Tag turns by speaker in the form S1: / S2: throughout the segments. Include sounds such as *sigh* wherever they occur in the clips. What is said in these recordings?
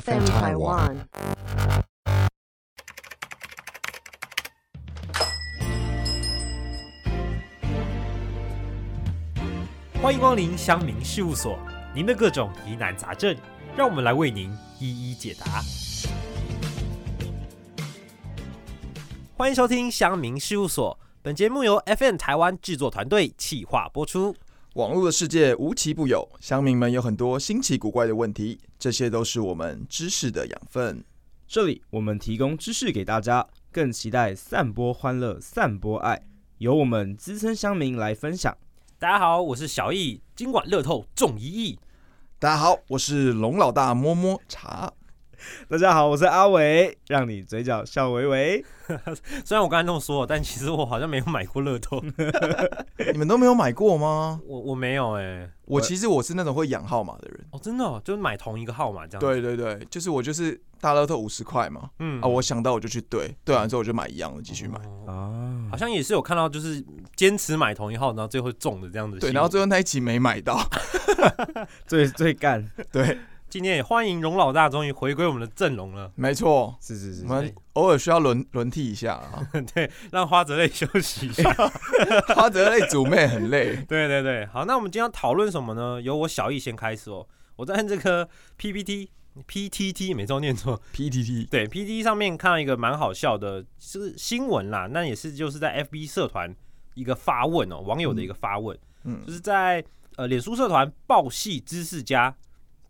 S1: FM Taiwan.
S2: 欢迎光临乡民事务所，您的各种疑难杂症，让我们来为您一一解答。欢迎收听乡民事务所，本节目由 FM 台湾制作团队企划播出。
S3: 网络的世界无奇不有，乡民们有很多新奇古怪的问题，这些都是我们知识的养分。
S4: 这里我们提供知识给大家，更期待散播欢乐、散播爱，由我们资深乡民来分享。
S2: 大家好，我是小易，今晚乐透中一亿。
S3: 大家好，我是龙老大摸摸茶。
S4: 大家好，我是阿伟，让你嘴角笑微微。
S2: 虽然我刚才那么说，但其实我好像没有买过乐 *laughs* 透，
S3: 你们都没有买过吗？
S2: 我我没有哎、
S3: 我其实我是那种会养号码的人。
S2: 哦，真的、哦、就是买同一个号码这样。，
S3: 对对对，就是我就是大乐透五十块嘛，
S2: 嗯
S3: 啊，我想到我就去兑，兑完之后我就买一样的继续买。
S2: 哦
S4: 啊
S2: 好，像也是有看到，就是坚持买同一号，然后最后中的这样子。
S3: 对，然后最后那一期没买到。 *laughs*
S4: 最最干，
S3: 对，
S2: 今天也欢迎荣老大终于回归我们的阵容
S3: *laughs*
S2: 了，
S3: 没错，
S4: 是是是
S3: 我，们偶尔需要轮轮替一下啊。
S2: 对，让花泽类休息一下。
S3: 花泽类组妹很累，
S2: 对对对，好，那我们今天要讨论什么呢？由我小易先开始哦。我在这个 PPT、PTT 每周念错， *laughs*
S3: PTT
S2: 对 PPT 上面看到一个蛮好笑的，是新闻啦，那也是就是在 FB 社团一个发问哦，网友的一个发问，
S3: 嗯
S2: 就是在呃脸书社团报系知识家，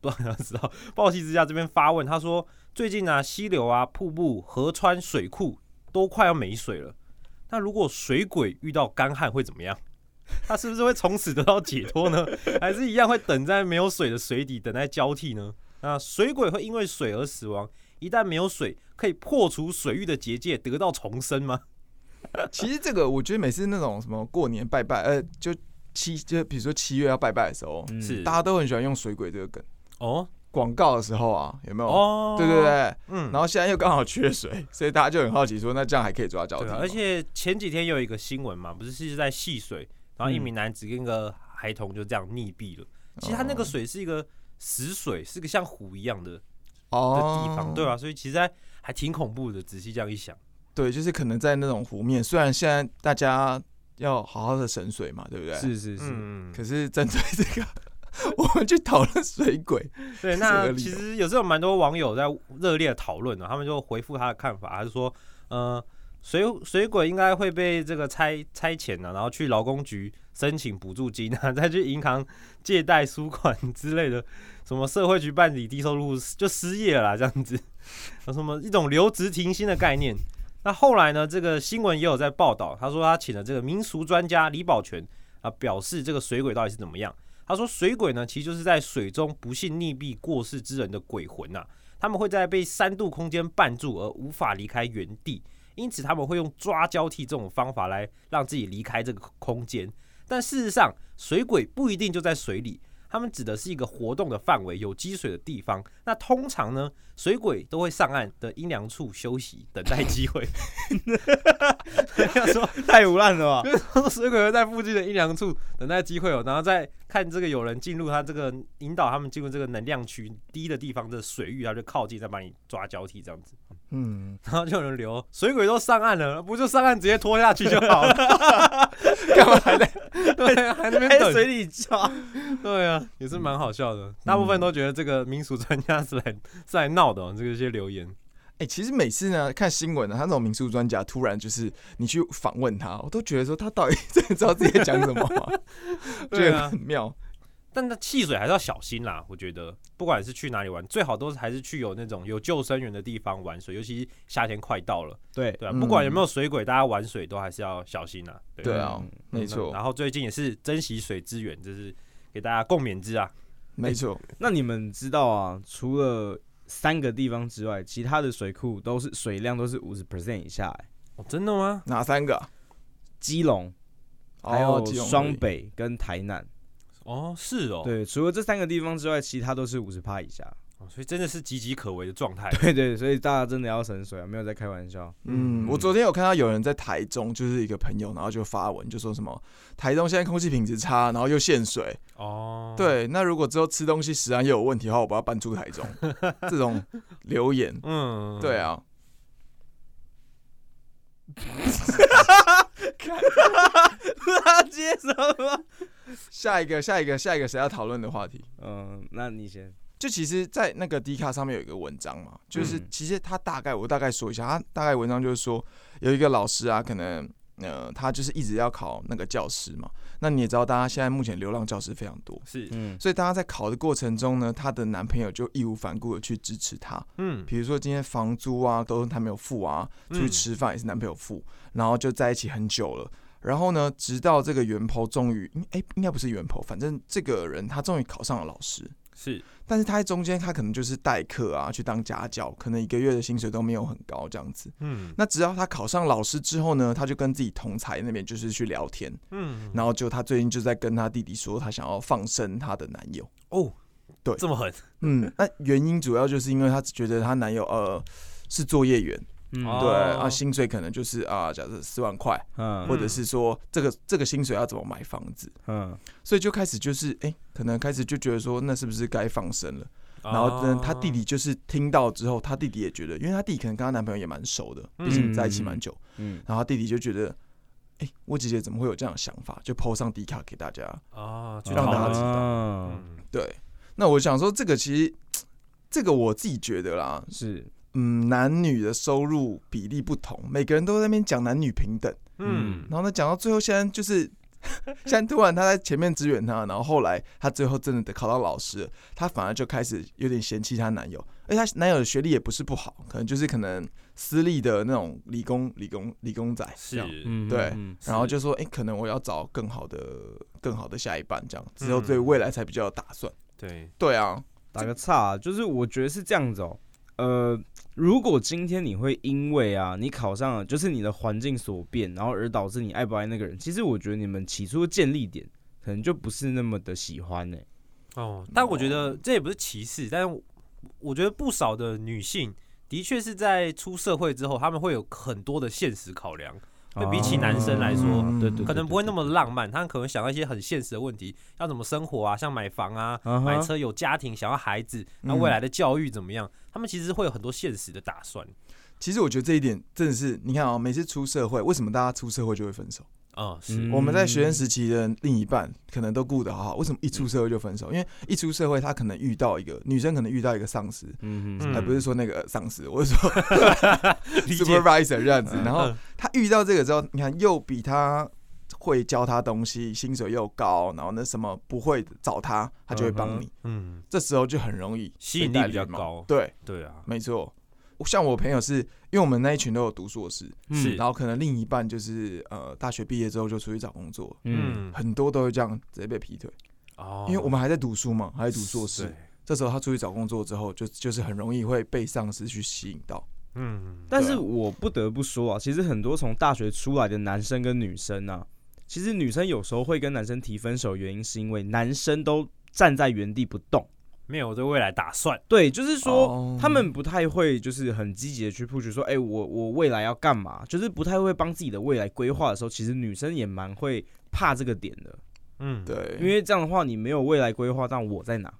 S2: 不知道知道报系之家这边发问，他说最近啊溪流啊瀑布河川水库都快要没水了，那如果水鬼遇到干旱会怎么样？他是不是会从此得到解脱呢？ *laughs* 还是一样会等在没有水的水底等待交替呢？那水鬼会因为水而死亡，一旦没有水，可以破除水域的结界，得到重生吗？
S3: 其实这个我觉得每次那种什么过年拜拜，呃，就七就比如说七月要拜拜的时候，
S4: 嗯
S2: 是
S3: 大家都很喜欢用水鬼这个梗。
S2: 哦
S3: 广告的时候啊，有没有？
S2: 哦，
S3: 对对，对。
S2: 嗯，
S3: 然后现在又刚好缺水，所以大家就很好奇说，那这样还可以抓交替
S2: 对
S3: 吗、
S2: 啊，而且前几天有一个新闻嘛，不是是在戏水，然
S3: 嗯
S2: 后一名男子跟一个孩童就这样溺毙了。其实
S3: 哦
S2: 他那个水是一个死水，是个像湖一样的的
S3: 哦
S2: 地方，对啊吧、所以其实还还挺恐怖的。仔细这样一想，
S3: 对，就是可能在那种湖面，虽然现在大家要好好的省水嘛，对不对？。
S4: 是是是，
S2: 嗯，
S3: 可是针对这个， *laughs* 我们去讨论水鬼， *laughs*
S2: 对，
S3: 是合
S2: 那
S3: 理
S2: 其
S3: 的
S2: 实有时候蛮多网友在热烈地讨论的，他们就回复他的看法，他就说，呃，水水鬼应该会被这个拆拆遣啊呢、然后去劳工局申请补助金啊， *laughs* 再去银行借贷纾款 *laughs* 之类的，什么社会局办理低收入户就失业了啦这样子，有什么一种留职停薪的概念。那后来呢，这个新闻也有在报道，他说他请了这个民俗专家李宝全啊，表示这个水鬼到底是怎么样。他说，水鬼呢，其实就是在水中不幸溺毙过世之人的鬼魂呐、他们会在被三度空间绊住而无法离开原地，因此他们会用抓交替这种方法来让自己离开这个空间。但事实上，水鬼不一定就在水里，他们指的是一个活动的范围，有积水的地方。那通常呢，水鬼都会上岸的阴凉处休息，等待机会。 *laughs* 要说
S4: 太无烂
S3: *laughs*
S4: 了吧？
S2: 水鬼会在附近的阴凉处等待机会哦，然后再看这个有人进入他这个引导他们进入这个能量区低的地方的水域，他就靠近，再把你抓交替这样子， *laughs*
S3: 嗯，
S2: 然后就有人留水鬼都上岸了，不就上岸直接拖下去就好了？ *laughs*
S3: 干嘛还在？
S2: 对啊，还在那
S4: 还
S2: 边
S4: 在水
S2: 等，
S4: 里抓，
S2: 对啊，也是蛮好笑的。大部分都觉得这个民俗专家是来是来闹的、哦，这个一些留言，
S3: 哎、其实每次呢看新闻呢，他那种民宿专家突然就是你去访问他，我都觉得说他到底 *laughs* 真的知道自己在讲什么吗？觉
S2: 对
S3: 得
S2: 啊
S3: 很妙。
S2: 但那汽水还是要小心啦，我觉得不管是去哪里玩，最好都是还是去有那种有救生员的地方玩水，尤其夏天快到了。
S4: 对
S2: 对啊，
S3: 嗯
S2: 不管有没有水鬼，大家玩水都还是要小心啊。对
S3: 对啊，
S2: 嗯
S3: 没错，
S2: 然后最近也是珍惜水资源，就是给大家共勉之啊。
S3: 没错。
S4: 那你们知道啊，除了三个地方之外，其他的水库都是水量都是五十 percent 以下、欸，
S2: 哦，真的吗？
S3: 哪三个啊？
S4: 基隆、还
S3: 哦
S4: 有
S3: 基隆而已
S4: 双北跟台南。
S2: 哦，是哦。
S4: 对，除了这三个地方之外，其他都是五十趴以下。
S2: 哦所以真的是岌岌可危的状态。
S4: *laughs* 对对，所以大家真的要省水啊，没有在开玩
S2: *laughs*
S4: 笑。
S3: 嗯，我昨天有看到有人在台中，就是一个朋友，然后就发文就说什么台中现在空气品质差，然后又限水。
S2: 哦，，
S3: 对，那如果之后吃东西食安也有问题的话，我把它搬出台中。这种留言，
S2: 嗯，
S3: 对，啊，
S4: 他接什么？
S3: 下一个，下一个，下一个谁要讨论的话题？
S4: *laughs* 嗯，那你先。
S3: 就其实，在那个 D 卡上面有一个文章嘛，就是
S2: 嗯
S3: 其实他大概我大概说一下，他大概文章就是说有一个老师啊，可能呃他就是一直要考那个教师嘛，那你也知道，大家现在目前流浪教师非常多，
S2: 是，
S4: 嗯
S3: 所以大家在考的过程中呢，她的男朋友就义无反顾的去支持她，
S2: 嗯，
S3: 比如说今天房租啊都是她没有付啊，出去
S2: 嗯
S3: 吃饭也是男朋友付，然后就在一起很久了。然后呢，直到这个袁鹏终于，嗯哎、应该不是袁鹏，反正这个人他终于考上了老师，
S2: 是，
S3: 但是他在中间他可能就是代课啊，去当家教，可能一个月的薪水都没有很高这样子。
S2: 嗯，
S3: 那直到他考上老师之后呢，他就跟自己同才那边就是去聊天，
S2: 嗯，
S3: 然后就他最近就在跟他弟弟说，他想要放生他的男友。
S2: 哦，
S3: 对
S2: 这么狠，
S3: 嗯，那原因主要就是因为她觉得她男友呃是作业员，
S4: 嗯，
S2: 哦
S3: 对啊，薪水可能就是啊，假设四万块，
S4: 嗯
S3: 或者是说这个这个薪水要怎么买房子，
S4: 嗯，
S3: 所以就开始就是哎、可能开始就觉得说那是不是该放生了？然后
S2: 哦
S3: 呢，他弟弟就是听到之后，他弟弟也觉得，因为他弟弟可能跟她男朋友也蛮熟的，毕竟在一起蛮久，
S4: 嗯，
S3: 然后他弟弟就觉得。哎、我姐姐怎么会有这样的想法？就 PO 上 D 卡给大家。
S2: 啊，去
S3: 让
S2: 讨
S3: 大家
S2: 论
S3: 知道
S4: 道
S2: 嗯
S3: 对，那我想说，这个其实，这个我自己觉得啦，
S4: 是，
S3: 嗯，男女的收入比例不同，每个人都在那边讲男女平等，
S2: 嗯，
S3: 然后呢，讲到最后，现在就是 *laughs* 现在突然他在前面支援她，然后后来她最后真的得考到老师了，她反而就开始有点嫌弃她男友，而且她男友的学历也不是不好，可能就是可能私立的那种理工理工理工仔这
S2: 是
S3: 样，，
S4: 嗯，
S3: 对
S4: 嗯
S3: 然后就说，哎、可能我要找更好的更好的下一半，这样之后
S2: 嗯
S3: 对未来才比较有打算。
S2: 对，
S3: 对啊，
S4: 打个岔啊，就是我觉得是这样子哦，呃，如果今天你会因为啊，你考上了，就是你的环境所变，然后而导致你爱不爱那个人，其实我觉得你们起初的建立点可能就不是那么的喜欢欸呢、
S2: 哦，但我觉得这也不是歧视，但是我觉得不少的女性的确是在出社会之后，她们会有很多的现实考量，会比起男生来说
S4: 哦嗯对对
S2: 可能不会那么浪漫，她们可能想到一些很现实的问题，要怎么生活啊，像买房啊。
S4: 啊哈
S2: 买车有家庭，想要孩子，那
S3: 嗯
S2: 未来的教育怎么样？她们其实会有很多现实的打算。
S3: 其实我觉得这一点真的是，你看啊、每次出社会，为什么大家出社会就会分手？
S2: 嗯，是，
S4: 嗯
S3: 我们在学生时期的另一半可能都顾得好好，为什么一出社会就分手？因为一出社会，他可能遇到一个女生，可能遇到一个上司，
S4: 嗯
S2: 嗯
S3: 哎，不是说那个上司，我是说
S2: *laughs* 理解。
S3: supervisor 这样子。然后
S2: 嗯
S3: 他遇到这个之后，你看又比他会教他东西，薪水又高，然后那什么不会找他，他就会帮你。
S2: 嗯，
S3: 这时候就很容易
S2: 吸引
S3: 被
S2: 力
S3: 带
S2: 比较
S3: 绿帽
S2: 高。
S3: 对，
S2: 对啊，
S3: 没错。像我朋友是因为我们那一群都有读硕士，
S4: 嗯
S2: 是
S3: 然后可能另一半就是呃大学毕业之后就出去找工作，
S4: 嗯
S2: 嗯，
S3: 很多都会这样直接被劈腿。
S2: 哦
S3: 因为我们还在读书嘛，还在读硕士
S2: 对。
S3: 这时候他出去找工作之后，就就是很容易会被上司去吸引到。
S2: 嗯，
S4: 但
S3: 对
S4: 是
S3: 啊
S4: 我不得不说啊，其实很多从大学出来的男生跟女生啊，其实女生有时候会跟男生提分手，原因是因为男生都站在原地不动。
S2: 没有对未来打算。
S4: 对，就是说、
S3: 哦
S4: 他们不太会，就是很积极的去 push 说，哎、我我未来要干嘛？就是不太会帮自己的未来规划的时候，其实女生也蛮会怕这个点的，
S2: 嗯，
S3: 对，
S4: 因为这样的话你没有未来规划，那我在哪？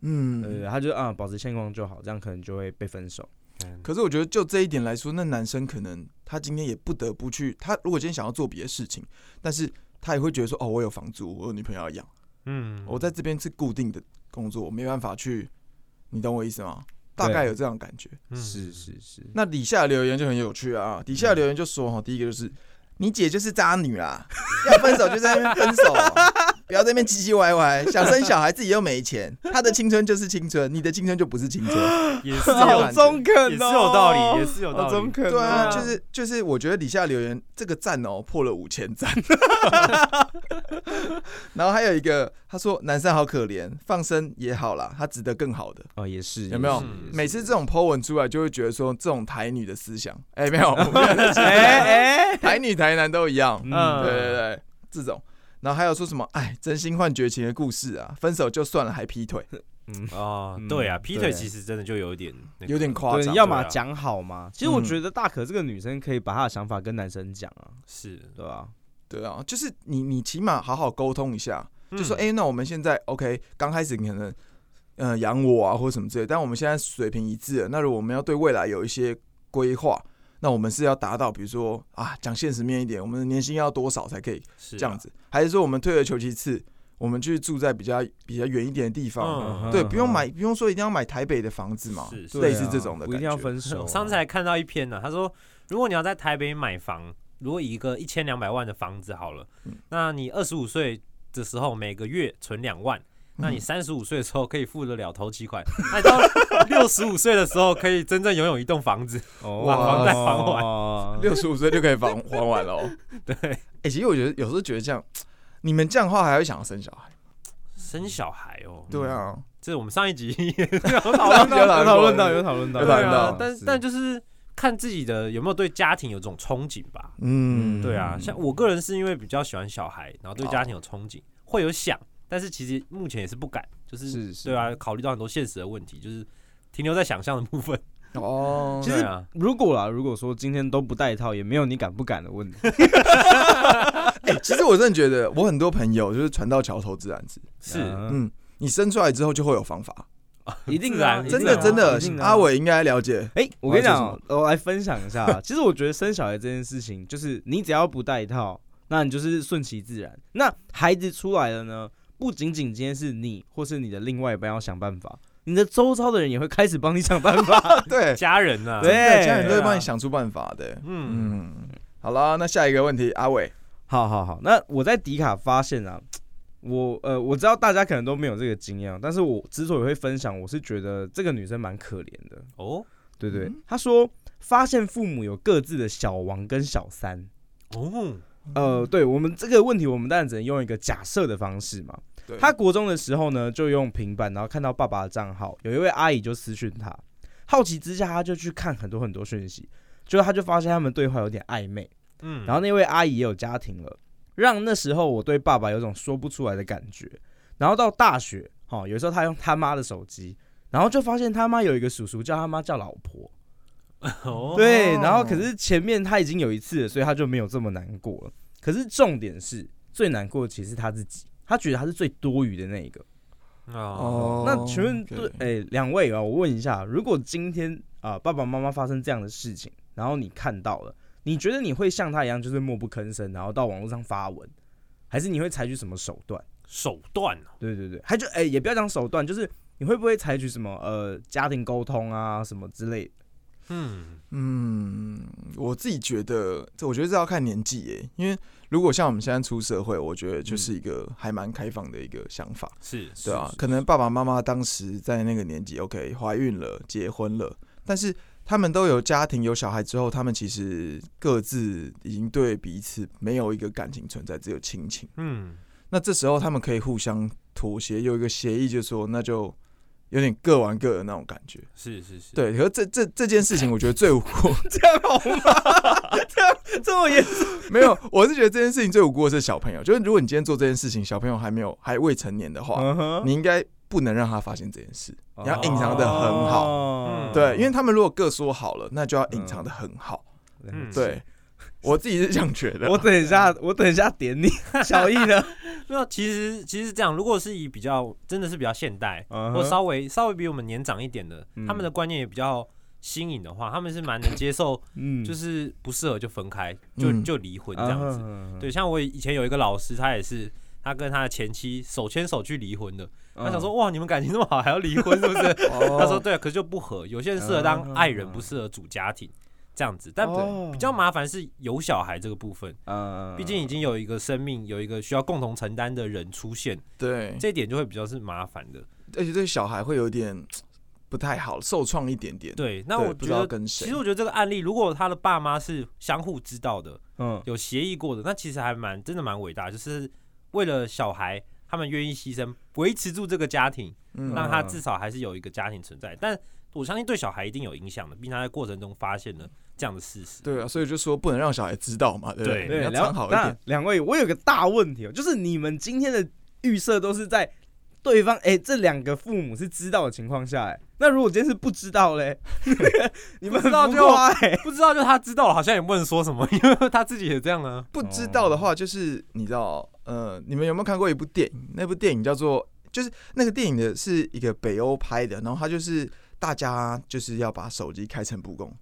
S3: 嗯，
S4: 呃，他就啊保持现况就好，这样可能就会被分手。
S2: 嗯，
S3: 可是我觉得就这一点来说，那男生可能他今天也不得不去，他如果今天想要做别的事情，但是他也会觉得说，哦，我有房租，我有女朋友要养，
S2: 嗯，
S3: 我在这边是固定的工作，我没办法去，你懂我意思吗？大
S4: 对
S3: 概有这样的感觉。
S2: 嗯
S4: 是
S2: *laughs*
S4: 是是，
S3: 那底下留言就很有趣
S4: 嗯
S3: 啊，底下留言就说哈，第一个就是你姐就是渣女啦， *laughs* 要分手就在那边分手， *laughs* 不要在那边唧唧歪歪，想生小孩自己又没
S4: *laughs*
S3: 钱，她的青春就是青春，你的青春就不是青春。
S2: 也是
S3: 这种
S2: 有
S3: 感觉
S4: 肯
S2: *laughs*
S4: 哦
S2: 也是
S3: 哦
S2: 有道理，也是有道理。
S4: 肯
S3: 对啊，
S2: 啊
S3: 就是就是，我觉得底下留言这个赞哦破了五千
S4: *laughs*
S3: 赞，然后还有一个他说男生好可怜，放生也好啦，他值得更好的。
S4: 哦，也是，
S3: 有没有
S4: 也是
S3: 每次这种 po 文出来，就会觉得说这种台女的思想，哎、没
S4: *laughs*
S3: 有，我没有在讲
S4: 哎哎， *laughs*
S3: 台女台男都一样，
S2: 嗯
S3: 对对对，
S2: *laughs*
S3: 这种。然后还有说什么？哎，真心换绝情的故事啊，分手就算了还劈腿，
S4: 嗯，
S2: 哦
S4: 嗯，
S2: 对啊，劈腿
S4: 对
S2: 其实真的就有点那个
S3: 有点夸
S4: 对，
S3: 张。
S4: 要么
S2: 对啊
S4: 讲好嘛。其实我
S3: 嗯
S4: 觉得大可这个女生可以把她的想法跟男生讲啊，
S2: 是，
S4: 对吧、
S3: 对啊，就是你你起码好好沟通一下，就
S2: 嗯
S3: 说哎、诶那我们现在 OK，刚开始你可能呃养我啊或者什么之类，但我们现在水平一致了，那如果我们要对未来有一些规划，那我们是要达到，比如说啊讲现实面一点，我们的年薪要多少才可以
S2: 是
S3: 这
S2: 啊
S3: 样，子，还是说我们退而求其次，我们去住在比较比较远一点的地方，
S2: 嗯
S3: 对，不用买，不用说一定要买台北的房子嘛，
S2: 是是
S3: 类似这种的
S4: 啊不
S3: 感
S4: 一定要
S3: 觉。
S4: 分手啊、
S2: 我嗯上次还看到一篇呢，他说，如果你要在台北买房，如果以一个一千两百万的房子好了，
S3: 嗯
S2: 那你二十五岁的时候每个月存两万，那你
S3: 嗯
S2: 三十五岁的时候可以付得了头期款，那你到六十五岁的时候可以真正拥有一栋房子。 *laughs*
S4: 哦
S2: 把房贷还
S4: 完
S3: 六十五岁就可以还还完了、 *laughs* 哦。
S2: 对，
S3: 哎、其实我觉得有时候觉得这样，你们这样的话还会想要生小孩？
S2: 生小孩哦，
S3: 对啊，
S2: 这我们上一集 *laughs* 也有讨论
S3: 有
S2: 到，
S3: 讨
S4: *laughs*
S3: 论过
S4: 有讨论到，有讨论到，
S3: 有讨论
S2: 对
S3: 到
S2: 啊但但就是看自己的有没有对家庭有这种憧憬吧。
S3: 嗯，
S2: 对啊，像我个人是因为比较喜欢小孩，然后对家庭有憧憬，会有想，但是其实目前也是不敢，就是
S4: 是是，
S2: 对。啊，考虑到很多现实的问题，就是停留在想象的部分。 *laughs*
S3: 哦，
S4: 其实
S2: 对啊，
S4: 如果啦，如果说今天都不带套，也没有你敢不敢的问题。啊
S3: 哎、其实我真的觉得，我很多朋友就是船到桥头自然直。
S2: 是
S4: 嗯，
S3: 嗯，你生出来之后就会有方法，
S4: 一定
S2: 自然
S4: 啊，
S3: 真
S2: 一
S3: 的
S2: 定啊
S3: 真的
S4: 一定。啊
S3: 阿伟应该了
S4: *laughs*
S3: 解。
S4: 哎、我跟你
S3: 我要
S4: 讲，我来分享一
S3: *laughs*
S4: 下。啊其实我觉得生小孩这件事情，就是你只要不带套，那你就是顺其自然。那孩子出来了呢，不仅仅今天是你或是你的另外一半要想办法，你的周遭的人也会开始帮你
S3: *laughs*
S4: 想办法。
S3: 对，
S2: *laughs* 家人呐，
S3: *laughs*
S4: 对
S3: 对，家人都会
S4: 对啊
S3: 帮你想出办法的。
S2: 嗯，
S3: 嗯，好啦，那下一个问题，阿伟，
S4: 好好好，那我在迪卡发现啊，我呃我知道大家可能都没有这个经验啊，但是我之所以会分享，我是觉得这个女生蛮可怜的。
S2: 哦
S4: 对对
S3: 嗯，
S4: 她说发现父母有各自的小王跟小三。
S2: 哦，
S4: 呃，对我们这个问题，我们当然只能用一个假设的方式嘛。
S3: 对
S4: 他国中的时候呢，就用平板，然后看到爸爸的账号，有一位阿姨就私讯他，好奇之下，他就去看很多很多讯息，结果他就发现他们对话有点暧昧，
S2: 嗯，
S4: 然后那位阿姨也有家庭了，让那时候我对爸爸有种说不出来的感觉。然后到大学，哦，有时候他用他妈的手机，然后就发现他妈有一个叔叔叫他妈叫老婆，
S2: 哦
S4: 对，然后可是前面他已经有一次了，所以他就没有这么难过了。可是重点是最难过的其实是他自己，他觉得他是最多余的那一个。
S2: 哦，
S4: 那请问
S3: OK
S4: 对，哎、两位啊，我问一下，如果今天啊、爸爸妈妈发生这样的事情，然后你看到了，你觉得你会像他一样，就是默不吭声，然后到网络上发文，还是你会采取什么手段？
S2: 手段啊
S4: 对对对，还就哎、也不要讲手段，就是你会不会采取什么呃家庭沟通啊什么之类的？
S2: 嗯，
S3: 嗯，我自己觉得，这我觉得这要看年纪耶，因为如果像我们现在出社会，我觉得就是一个还蛮开放的一个想法，
S2: 是，
S3: 对啊
S2: 嗯是，
S3: 可能爸爸妈妈当时在那个年纪，OK，怀孕了，结婚了，但是他们都有家庭、有小孩之后，他们其实各自已经对彼此没有一个感情存在，只有亲情。
S2: 嗯，
S3: 那这时候他们可以互相妥协，有一个协议，就说那就有点各玩各的那种感觉。
S2: 是是是，
S3: 对，可是这这这件事情，我觉得最无辜，
S4: 这样好吗？这样 *laughs* 这么严
S3: *laughs* 没有，我是觉得这件事情最无辜的是小朋友。就是如果你今天做这件事情，小朋友还没有还未成年的话，
S4: 嗯哼
S3: 你应该不能让他发现这件事。你要隐藏得很好
S4: 好
S3: 对，因为他们如果各说好了，那就要隐藏的很好。
S2: 嗯
S3: 对，嗯我自己是这样觉得。
S4: 我等一下，我等一下 *laughs* 点你，小易呢？
S2: 没有，其实其实是这样，如果是以比较真的是比较现代，或
S4: 我
S2: 稍微稍微比我们年长一点的，
S4: 嗯
S2: 他们的观念也比较新颖的话，他们是蛮能接受，
S4: 嗯
S2: 就是不适合就分开，就
S3: 嗯
S2: 就离婚这样子。
S4: 子，
S2: 对，像我以前有一个老师，他也是。他跟他的前妻手牵手去离婚的，
S4: 嗯
S2: 他想说哇，你们感情那么好，还要离婚是不是？
S3: 哦
S2: 他说对，可是就不合。有些人适合当爱人，
S4: 嗯
S2: 不适合组家庭这样子。但
S4: 哦
S2: 比较麻烦是有小孩这个部分，
S4: 嗯
S2: 毕竟已经有一个生命，有一个需要共同承担的人出现，
S4: 嗯
S3: 对，
S2: 这一点就会比较是麻烦的。
S3: 而且对小孩会有点不太好，受创一点点。
S2: 对，那
S3: 对
S2: 我
S3: 不
S2: 觉
S3: 知道
S2: 得
S3: 跟
S2: 其
S3: 谁。
S2: 实我觉得这个案例，如果他的爸妈是相互知道的，
S4: 嗯
S2: 有协议过的，那其实还蛮真的蛮伟大，就是为了小孩，他们愿意牺牲，维持住这个家庭，
S3: 嗯
S2: 让他至少还是有一个家庭存在。但我相信对小孩一定有影响的，毕竟他在过程中发现了
S3: 嗯
S2: 这样的事实。
S3: 对啊，所以就说不能让小孩知道嘛，对不
S2: 对
S3: 你
S4: 对，
S3: 要
S4: 两
S3: 藏好一
S4: 那
S3: 点。
S4: 两位，我有个大问题哦，就是你们今天的预设都是在对方哎、这两个父母是知道的情况下、哎，那如果今天是不知道嘞， *laughs* 你们
S2: 不知道
S4: 很
S2: 就
S4: 浮夸哎，
S2: 不知道就他知道了，好像也不能说什么，因为他自己也这样啊。
S3: 不知道的话，就是你知道，呃，你们有没有看过一部电影？那部电影叫做，就是那个电影的是一个北欧拍的，然后它就是大家就是要把手机开诚布公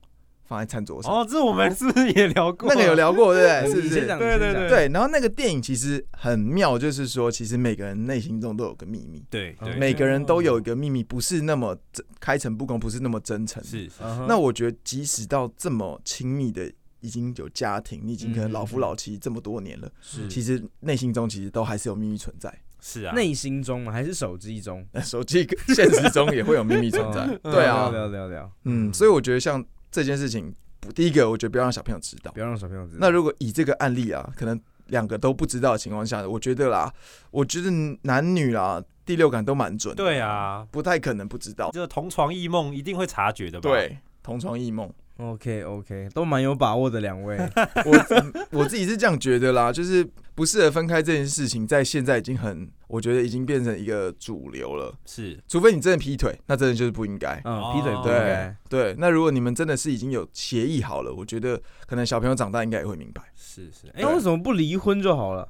S3: 放在餐桌上。
S2: 哦，这我们是不是也聊过？
S3: 那个有聊过，对不对？
S4: 哎嗯你
S3: 是不
S4: 先讲
S3: 是？
S4: 你先
S2: 对对
S4: 讲
S2: 对
S3: 对，然后那个电影其实很妙，就是说，其实每个人内心中都有个秘密，
S2: 对对，
S3: 嗯每个人都有一个秘密，不是那么真开诚布公，不是那么真诚。
S2: 是啊是
S4: 嗯哼
S3: 那我觉得，即使到这么亲密的，已经有家庭，你已经可能老夫老妻这么多年了，
S2: 是
S3: 其实内心中其实都还是有秘密存在。 *laughs*
S2: 是啊，
S4: 内心中吗？还是手机中？
S3: 呃手机现实中也会有秘密存 *laughs* 在。
S4: 哦
S3: 对
S4: 聊
S3: 啊，
S4: 聊聊聊，
S3: 嗯，所以我觉得像这件事情，不第一个我觉得不要让小朋友知道
S4: 不。要让小朋友知道。
S3: 那如果以这个案例啊，可能两个都不知道的情况下，我觉得啦，我觉得男女啦，第六感都蛮准的，
S2: 对啊，
S3: 不太可能不知道。
S2: 这个同床异梦一定会察觉的吧？，
S3: 对，同床异梦，
S4: OK OK，都蛮有把握的 *laughs* 两位。
S3: 我 *laughs* 我自己是这样觉得啦，就是不适合分开这件事情，在现在已经很，我觉得已经变成一个主流了。
S2: 是
S3: 除非你真的劈腿，那真的就是不应该。
S4: 嗯，劈腿不应
S3: 哦对
S4: 该。
S3: 对，那如果你们真的是已经有协议好了，我觉得可能小朋友长大应该也会明白。
S2: 是是，哎
S4: 那，为什么不离婚就好了？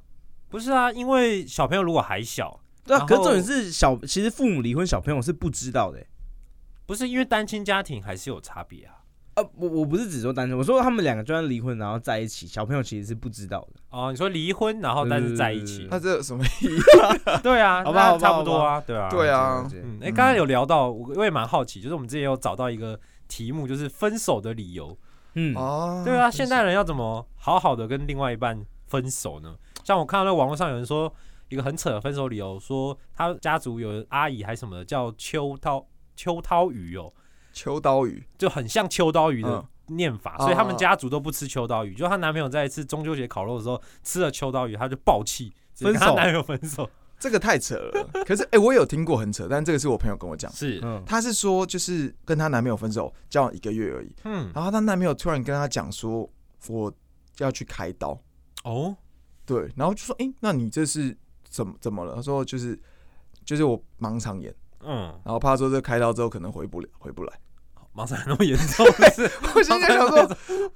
S2: 不是啊，因为小朋友如果还小，
S4: 对啊，
S2: 然
S4: 可
S2: 后
S4: 是重点是小，其实父母离婚，小朋友是不知道的欸。
S2: 不是因为单亲家庭还是有差别啊。
S4: 啊，我我不是只说单身，我说他们两个就算离婚然后在一起，小朋友其实是不知道的。
S2: 哦，你说离婚然后但是在一起，
S3: 那这有什么意义？
S2: 对啊，
S4: 嗯 *laughs* 好吧
S2: 那
S4: 好吧
S2: 差不多啊，对啊，
S3: 对啊
S4: 了解
S2: 嗯，哎、刚才有聊到，我我也蛮好奇，就是我们之前有找到一个题目，就是分手的理由。
S4: 嗯，
S3: 哦，
S2: 对啊，现代人要怎么好好的跟另外一半分手呢？像我看到那网络上有人说一个很扯的分手理由，说他家族有阿姨还什么的叫秋刀秋刀鱼哦，
S3: 秋刀鱼，
S2: 就很像秋刀鱼的
S3: 嗯
S2: 念法，
S3: 哦
S2: 所以他们家族都不吃秋刀鱼。就她男朋友在一次中秋节烤肉的时候吃了秋刀鱼，她就暴气，直接跟
S4: 分手
S2: 她男朋友分手。
S3: 这个太扯了。可是哎、我有听过很扯，但这个是我朋友跟我
S2: *laughs*
S3: 讲，
S2: 是，
S4: 嗯，
S3: 她是说就是跟她男朋友分手，交往一个月而已，
S2: 嗯，
S3: 然后她男朋友突然跟她讲说我要去开刀，
S2: 哦，
S3: 对，然后就说哎、那你这是怎么怎么了？她说就是就是我盲肠炎，
S2: 嗯，
S3: 然后怕说这开刀之后可能回不了回不来。
S2: 忙成那么严重，
S3: *laughs*
S2: 是
S3: 我心里在想说，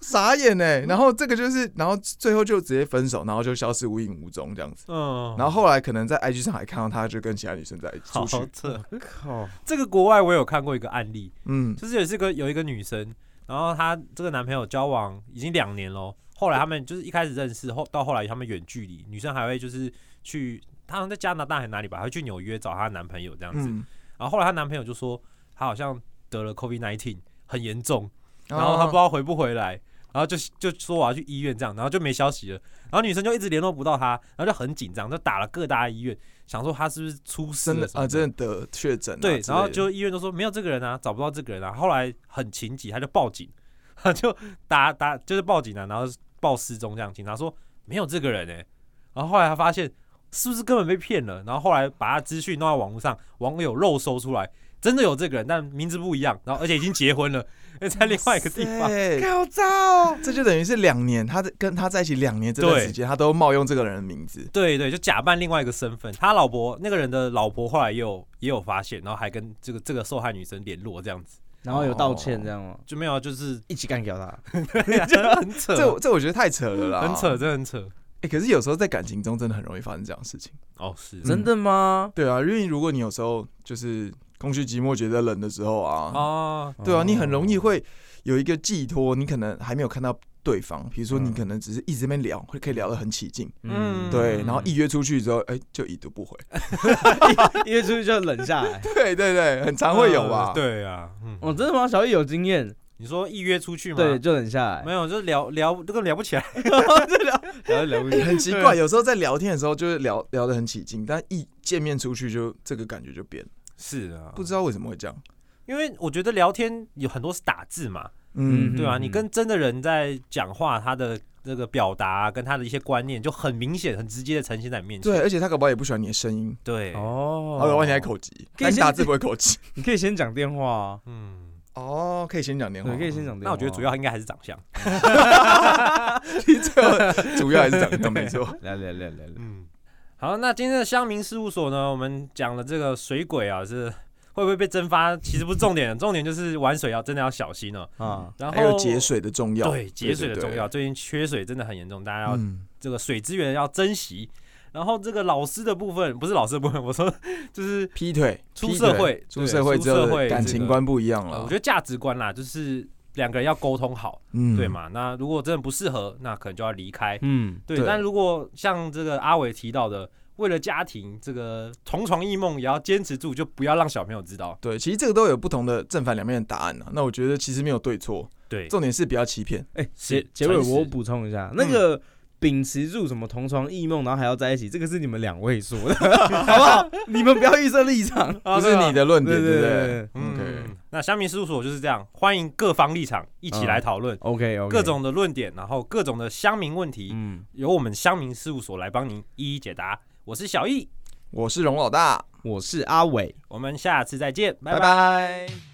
S3: 傻眼哎、然后这个就是，然后最后就直接分手，然后就消失无影无踪这样子。
S2: 嗯，
S3: 然后后来可能在 IG 上还看到他就跟其他女生在一起
S2: 好
S3: 出去，
S2: 扯。
S4: 靠，
S2: 这个国外我有看过一个案例，
S3: 嗯，
S2: 就是也是个有一个女生，然后她这个男朋友交往已经两年喽，后来他们就是一开始认识，后到后来他们远距离，女生还会就是去，她好像在加拿大还哪里吧，还会去纽约找她男朋友这样子。
S3: 嗯，
S2: 然后后来她男朋友就说，她好像得了 COVID nineteen，很严重，然后
S3: 哦
S2: 她不知道回不回来。然后就就说我要去医院这样，然后就没消息了。然后女生就一直联络不到她，然后就很紧张，就打了各大医院，想说她是不是出事
S3: 真
S2: 了
S3: 的
S2: 什么
S3: 啊，真的得确诊啊之类
S2: 对
S3: 的，，
S2: 然后就医院都说没有这个人啊，找不到这个人啊。后来很情急，他就报警， *laughs* 他就打打就是报警啊，然后报失踪这样。警察说没有这个人哎、然后后来他发现是不是根本被骗了，然后后来把他资讯弄到网络上，网友肉搜出来，真的有这个人，但名字不一样，然后而且已经结婚了，哎，在另外一个地方。
S3: 对，
S4: 好糟哦。
S3: 这就等于是两年，他在跟他在一起两年这段
S2: 对
S3: 时间，他都冒用这个人的名字，
S2: 对对，就假扮另外一个身份。他老婆那个人的老婆后来也有也有发现，然后还跟这个这个受害女生联络，这样子
S4: 然后有道歉这样
S3: 哦
S4: 吗？
S2: 就没有啊，就是 *laughs*
S4: 一起干掉他。
S2: 就很扯，
S3: 啊
S2: 啊
S3: 这这我觉得太扯了啦，
S2: 很扯，真的很扯。
S3: 哎，可是有时候在感情中真的很容易发生这样的事情，
S2: 哦，是
S4: 真的吗？
S3: 对啊，因为如果你有时候就是空虚寂寞觉得冷的时候啊，
S2: 哦，
S3: 对啊，你很
S4: 哦
S3: 容易会有一个寄托，你可能还没有看到对方，比如说你
S4: 嗯
S3: 可能只是一直在那边聊，会可以聊得很起劲，
S2: 嗯
S3: 对，然后一约出去之后，哎、就已读不回， *laughs*
S4: 一啊约出去就冷下 *laughs* 来。
S3: 对对对，很常啊会有吧
S2: 呃？对啊，嗯，
S4: 哦，真的吗？小易有经验，
S2: 你说一约出去吗？
S4: 对，，就冷下来。 *laughs*
S2: 没有，就是聊聊，这个聊不起来。
S4: 然后聊不
S3: 很奇怪，有时候在聊天的时候就是聊聊得很起劲，但一见面出去就这个感觉就变了，
S2: 是啊，
S3: 不知道为什么会这样。
S2: 因为我觉得聊天有很多是打字嘛，
S3: 嗯，
S2: 对吧、啊
S4: 嗯嗯
S2: 你跟真的人在讲话，他的那个表达啊、跟他的一些观念就很明显、很直接的呈现在你面前。
S3: 对，而且他搞不好也不喜欢你的声音，
S2: 对，
S4: 哦，
S3: 他搞不好你还，口急，
S4: 可以
S3: 但
S4: 先
S3: 打字不会口急。
S4: 你可以先讲电话啊。
S2: 嗯，
S3: 哦，可以先讲电话，
S4: 对，可以先讲电话。哦
S2: 那我觉得主要应该还是长相。
S3: 最后主要还是讲电话，没错。
S4: 来来来来来，
S2: 嗯，好，那今天的乡民事务所呢，我们讲了这个水鬼啊，是会不会被蒸发，其实不是重点，重点就是玩水要真的要小心哦、
S4: 啊，
S2: 然后
S3: 还有节水的重要，
S2: 对节水的重要，，最近缺水真的很严重，大家要
S3: 嗯，
S2: 这个水资源要珍惜。然后这个老师的部分不是老师的部分，我说就是
S3: 劈腿，
S2: 出
S3: 劈
S2: 社
S3: 腿
S2: 会
S3: 出
S2: 对
S3: 社会
S2: 出
S3: 之
S2: 社
S3: 后
S2: 会
S3: 的感
S2: 这
S3: 情
S2: 个
S3: 观不一样
S2: 呃
S3: 了啊
S2: 我觉，得价值观啦，就是两个人要沟通好，
S3: 嗯
S2: 对？嘛？那如果真的不适合，那可能就要离开。
S4: 嗯，
S2: 对，
S3: 对
S2: 但如果像这个阿伟提到的，为了家庭，这个同床异梦也要坚持住，就不要让小朋友知道。
S3: 对，其实这个都有不同的正反两面的答案啊。那我觉得其实没有对错，
S2: 对，
S3: 重点是不要欺
S2: *laughs*
S3: 骗。
S4: 哎、
S2: 是
S4: 结嗯结尾
S2: 诚实
S4: 我补充一下，那个秉持住什么同床异梦，然后还要在一起，这个是你们两位说的， *laughs* 好不好？你们不要预设立场。
S2: 啊
S3: 不是你。的论点，
S4: 对
S3: 不
S4: 对对
S3: 对
S4: 对
S2: 嗯
S3: OK，嗯
S2: 那香民事务所就是这样，欢迎各方立场一起来讨论
S4: OK OK，
S2: 各种的论点，然后各种的乡民问题，
S4: 嗯，
S2: 由我们乡民事务所来帮您一一解答。我是小易，
S3: 我是荣老大，
S4: 我是阿伟。
S2: 我们下次再见，拜拜
S3: 拜拜